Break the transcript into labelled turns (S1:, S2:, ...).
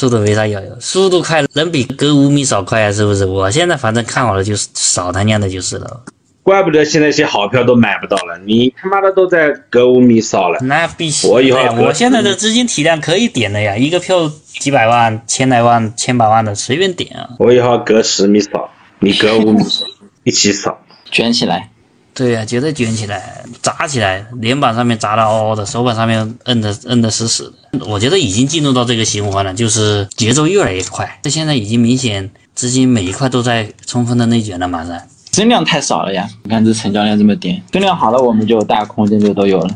S1: 速度没啥要求，速度快能比隔五米扫快啊？是不是？我现在反正看好了就是扫他娘的就是了，
S2: 怪不得现在些好票都买不到了，你他妈的都在隔五米扫了。
S1: 那必须
S2: 我
S1: 的
S2: 以后
S1: 呀！
S2: 可
S1: 我现在的资金体量可以点的呀，一个票几百万、千来万、千把万的随便点啊。
S2: 我以后隔十米扫，你隔五米扫，一起扫。
S3: 卷起来，
S1: 对呀、绝对卷起来，砸起来，脸板上面砸的嗷嗷的，手板上面摁的摁的死死的。我觉得已经进入到这个循环了，就是节奏越来越快。这现在已经明显资金每一块都在充分的内卷了，马上。
S3: 增量太少了呀！你看这陈教练这么点，增量好了，我们就有大空间就都有了。